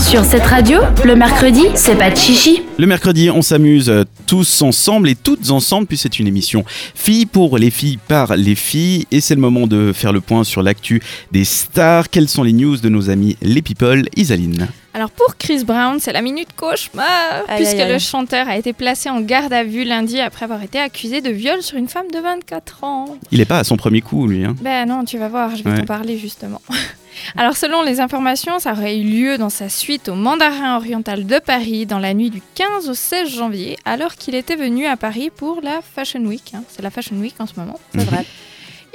Sur cette radio, le mercredi, c'est pas de chichi. Le mercredi, on s'amuse euh, tous ensemble et toutes ensemble, puis c'est une émission filles pour les filles par les filles. Et c'est le moment de faire le point sur l'actu des stars. Quelles sont les news de nos amis les people Isaline Alors pour Chris Brown, c'est la minute cauchemar, Aïe, puisque aïe, aïe. le chanteur a été placé en garde à vue lundi après avoir été accusé de viol sur une femme de 24 ans. Il est pas à son premier coup, lui. Mmh. hein. Ben non, tu vas voir, je vais Ouais. t'en parler justement. Alors selon les informations, ça aurait eu lieu dans sa suite au Mandarin Oriental de Paris dans la nuit du 15 au 16 janvier, alors qu'il était venu à Paris pour la Fashion Week. hein. C'est la Fashion Week en ce moment. C'est vrai.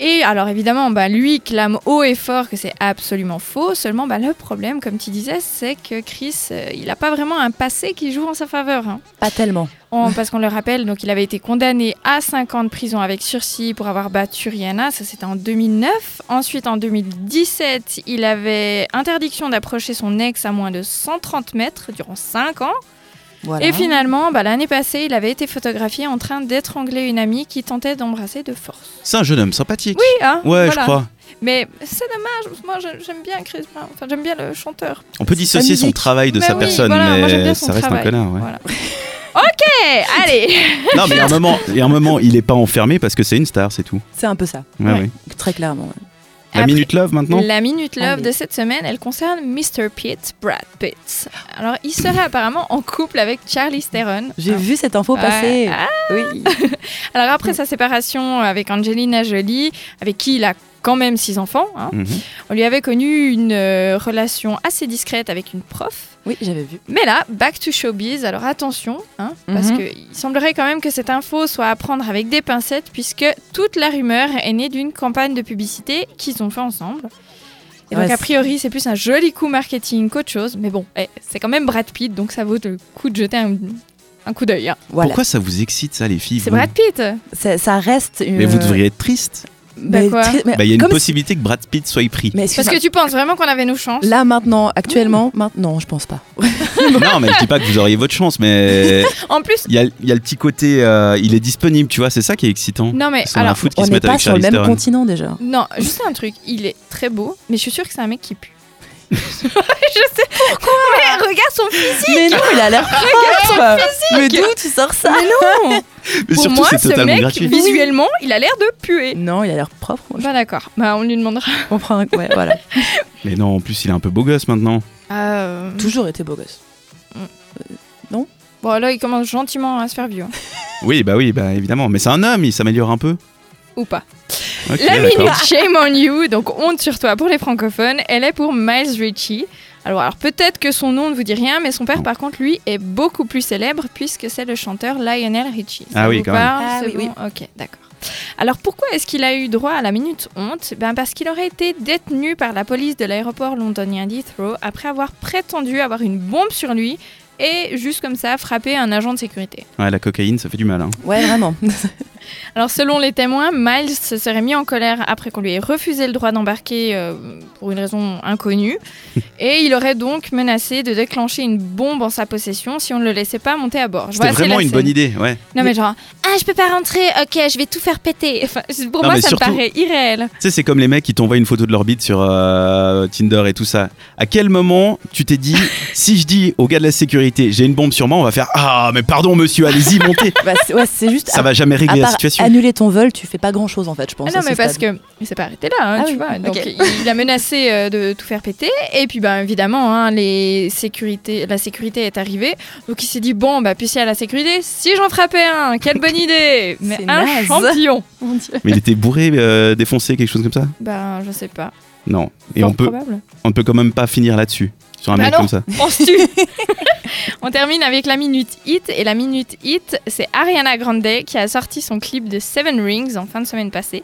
Et alors évidemment, bah, lui clame haut et fort que c'est absolument faux. Seulement, bah, le problème, comme tu disais, c'est que Chris, euh, il n'a pas vraiment un passé qui joue en sa faveur. hein. Pas tellement. On- parce qu'on le rappelle, donc il avait été condamné à 5 ans de prison avec sursis pour avoir battu Rihanna, ça c'était en 2009. Ensuite en 2017, il avait interdiction d'approcher son ex à moins de 130 mètres durant 5 ans. Voilà. Et finalement, bah, l'année passée, il avait été photographié en train d'étrangler une amie qui tentait d'embrasser de force. C'est un jeune homme sympathique. Oui, hein Ouais, je voilà. crois. Mais c'est dommage, moi je- j'aime bien Chris Brown, enfin j'aime bien le chanteur. On peut dissocier son musique. travail de Mais sa Bah oui, personne, voilà, moi, j'aime mais bien son ça reste travail. un connard. ouais. Voilà. ok, Eh, allez Non, mais il y a un moment, il y a un moment, il est pas enfermé parce que c'est une star, c'est tout. C'est un peu ça. Ouais, Ouais. ouais. Très clairement. ouais. La Après- minute love maintenant. La minute love Allez. de cette semaine, elle concerne Mr. Pitt, Brad Pitt. Alors, il serait apparemment en couple avec Charlie Theron. J'ai Ah. vu cette info Ouais. passer. Ah. Oui. Alors après sa séparation avec Angelina Jolie, avec qui il a quand même six enfants, hein, Mhm. on lui avait connu une euh, relation assez discrète avec une prof. Oui, j'avais vu. Mais là, back to showbiz, alors attention, hein, parce Mhm. qu'il semblerait quand même que cette info soit à prendre avec des pincettes, puisque toute la rumeur est née d'une campagne de publicité qu'ils ont fait ensemble. Et Ouais, donc, a c'est- priori, c'est plus un joli coup marketing qu'autre chose, mais bon, eh, c'est quand même Brad Pitt, donc ça vaut le coup de jeter un, un coup d'œil. hein. Voilà. Pourquoi ça vous excite ça, les filles C'est vous Brad Pitt Ça, ça reste une. Mais vous devriez être triste. Mais Bah quoi tri- mais Bah, il y a une comme si- possibilité que Brad Pitt soit pris. Parce Mais Mmh. excuse-moi. que tu penses vraiment qu'on avait nos chances Là maintenant, actuellement, maintenant, je pense pas. non, mais je dis pas que vous auriez votre chance, mais En plus, il y a, il y a le petit côté, euh, il est disponible, tu vois, c'est ça qui est excitant. non mais, C'est un alors, foot qui On se n'est met pas avec sur le Charlie même Theron. continent déjà. non, juste un truc, il est très beau, mais je suis sûre que c'est un mec qui pue. je sais pourquoi Mais regarde son Mais non, il a l'air Oh, propre. Mais d'où tu sors ça Mais Pour surtout, moi, c'est ce totalement mec, gratuit. visuellement, il a l'air de puer. Non, il a l'air propre. moi, Bah d'accord, bah on lui demandera. Je comprends. Ouais, voilà. Mais non, en plus, il est un peu beau gosse maintenant. Euh, Toujours été beau gosse. Bon là, il commence gentiment à se faire vieux, hein. Oui, bah oui, bah évidemment. Mais c'est un homme, il s'améliore un peu. ou pas. Ok, La d'accord. minute Shame on You, donc honte sur toi pour les francophones, elle est pour Miles Richie. Alors, alors peut-être que son nom ne vous dit rien, mais son père par contre, lui, est beaucoup plus célèbre puisque c'est le chanteur Lionel Richie. Ça Ah oui, vous quand même. parle Ah C'est oui, oui. bon Ok, d'accord. Alors pourquoi est-ce qu'il a eu droit à la minute honte ben Parce qu'il aurait été détenu par la police de l'aéroport londonien d'Heathrow après avoir prétendu avoir une bombe sur lui et juste comme ça frapper un agent de sécurité. Ouais, la cocaïne, ça fait du mal. hein. Ouais, vraiment. Alors selon les témoins, Miles se serait mis en colère après qu'on lui ait refusé le droit d'embarquer euh, pour une raison inconnue. Et il aurait donc menacé de déclencher une bombe en sa possession si on ne le laissait pas monter à bord. Je C'était vois assez vraiment la une scène. bonne idée, ouais. Non mais genre, ah je peux pas rentrer, ok je vais tout faire péter. Enfin, c'est- pour Non, moi mais ça surtout- me paraît irréel. Tu sais, c'est comme les mecs qui t'envoient une photo de leur bite sur euh, Tinder et tout ça. À quel moment tu t'es dit, si je dis au gars de la sécurité, j'ai une bombe sur moi, on va faire Ah, mais pardon, monsieur, allez-y, montez Bah, c'est- ouais, c'est juste. Ça à- va jamais à régler la part situation. annuler ton vol, tu fais pas grand chose en fait, je pense. Ah non à ce mais parce stade. que il s'est pas arrêté là, hein, Ah tu oui, vois. Donc ok. il, il a menacé euh, de tout faire péter et puis ben évidemment hein, les sécurités, la sécurité est arrivée. Donc il s'est dit bon bah puisqu'il y a la sécurité, si j'en frappais un, quelle bonne idée Mais C'est un naze. champion. Mais il était bourré, euh, défoncé, quelque chose comme ça Ben je sais pas. Non. Et Fort on peut, probable. on ne peut quand même pas finir là-dessus, sur un Bah mec non. comme ça. On se tue. On termine avec la minute hit et la minute hit, c'est Ariana Grande qui a sorti son clip de Seven Rings en fin de semaine passée.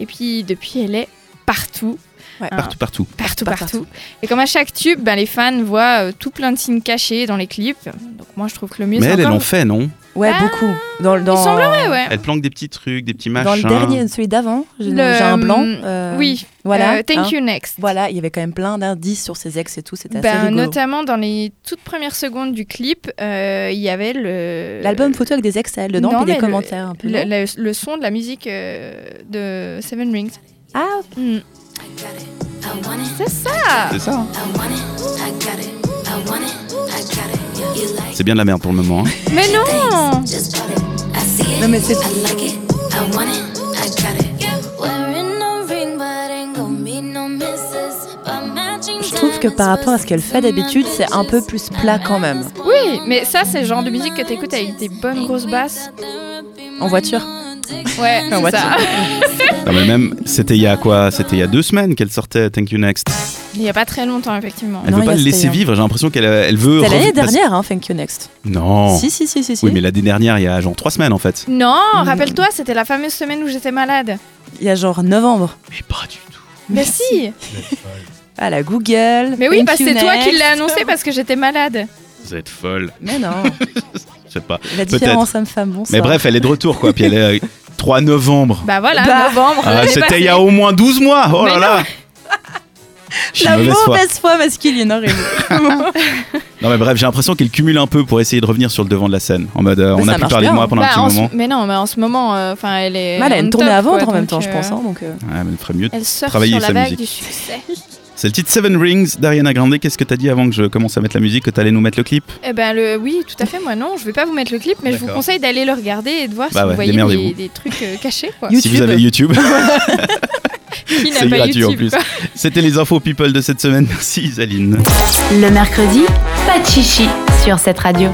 Et puis depuis elle est partout. Ouais. Hein, Partout, partout. partout, Par- partout. Et comme à chaque tube, ben, les fans voient euh, tout plein de signes cachés dans les clips. Donc moi, je trouve que le mieux, Mais c'est elle, elle en encore... fait, non Ouais, Ah, beaucoup. Dans, dans, Ouais, ouais. Elle planque des petits trucs, des petits machins. Ah. dans le dernier, celui d'avant, j'ai Le- mm, j'ai un blanc. euh, Oui, Voilà. Euh, thank hein. you next. Voilà, il y avait quand même plein d'indices sur ses ex et tout, c'était Ben, assez rigolo. notamment dans les toutes premières secondes du clip, euh, il y avait le... L'album photo avec des ex à elle dedans, non, puis mais des le- commentaires un peu. le, non le- le son de la musique euh, de Seven Rings. Euh, Ah, Hmm. I want it, C'est ça C'est ça. I want it, I got it, I want C'est bien de la merde pour le moment. hein. Mais non Non, mais c'est. Je Je trouve que par rapport à ce qu'elle fait d'habitude, c'est un peu plus plat quand même. Oui, mais ça, c'est le genre de musique que t'écoutes avec des bonnes grosses basses. En voiture. Ouais, En Ah, c'est ça. Non, mais même, c'était il y a quoi C'était il y a deux semaines qu'elle sortait Thank You Next. Il y a pas très longtemps, effectivement. Elle Non, veut pas il y a le laisser Stayer. vivre, j'ai l'impression qu'elle euh, elle veut. C'est l'année rev- parce- dernière, hein, Thank You Next. Non. Si, si, si, si. si. Oui, mais l'année dernière, il y a genre trois semaines en fait. Non, Mm. rappelle-toi, c'était la fameuse semaine où j'étais malade. Il y a genre novembre. Mais pas du tout. Mais si Ah, la Google. Mais oui, Thank parce que You c'est toi qui Next. l'as annoncé parce que j'étais malade. Vous êtes folle. Mais non, Je sais pas. la différence homme-femme, bon Mais sang. bref, elle est de retour quoi. Puis elle est euh, 3 novembre. Bah voilà, Bah. novembre. Ah, l'année c'était il y a passée. au moins 12 mois. Oh Mais là là. Je suis La mauvaise foi. mauvaise foi masculine, horrible. Non mais bref, j'ai l'impression qu'elle cumule un peu pour essayer de revenir sur le devant de la scène. En mode, euh, Mais on ça a pu marche parler de bien. moi pendant Bah, un en petit ce- moment. mais non, mais en ce moment, euh, enfin, elle est. Mal, elle a une on tournée top, à vendre quoi, en même donc, temps, je euh, pense. hein, donc, euh, Ouais, mais elle ferait mieux. de- Elle surfe Travailler sur la sa vague musique. du succès. C'est le titre Seven Rings d'Ariana Grande. Qu'est-ce que t'as dit avant que je commence à mettre la musique, que t'allais nous mettre le clip Eh ben le, oui, tout à fait. Moi non, je vais pas vous mettre le clip, mais je vous D'accord. conseille d'aller le regarder et de voir Bah si ouais, vous voyez démerdez-vous. des, des trucs euh, cachés. Quoi. Si vous avez YouTube, Qui n'a c'est pas gratuit en YouTube, plus. quoi. C'était les infos people de cette semaine. Merci Isaline. Le mercredi, pas de chichi sur cette radio.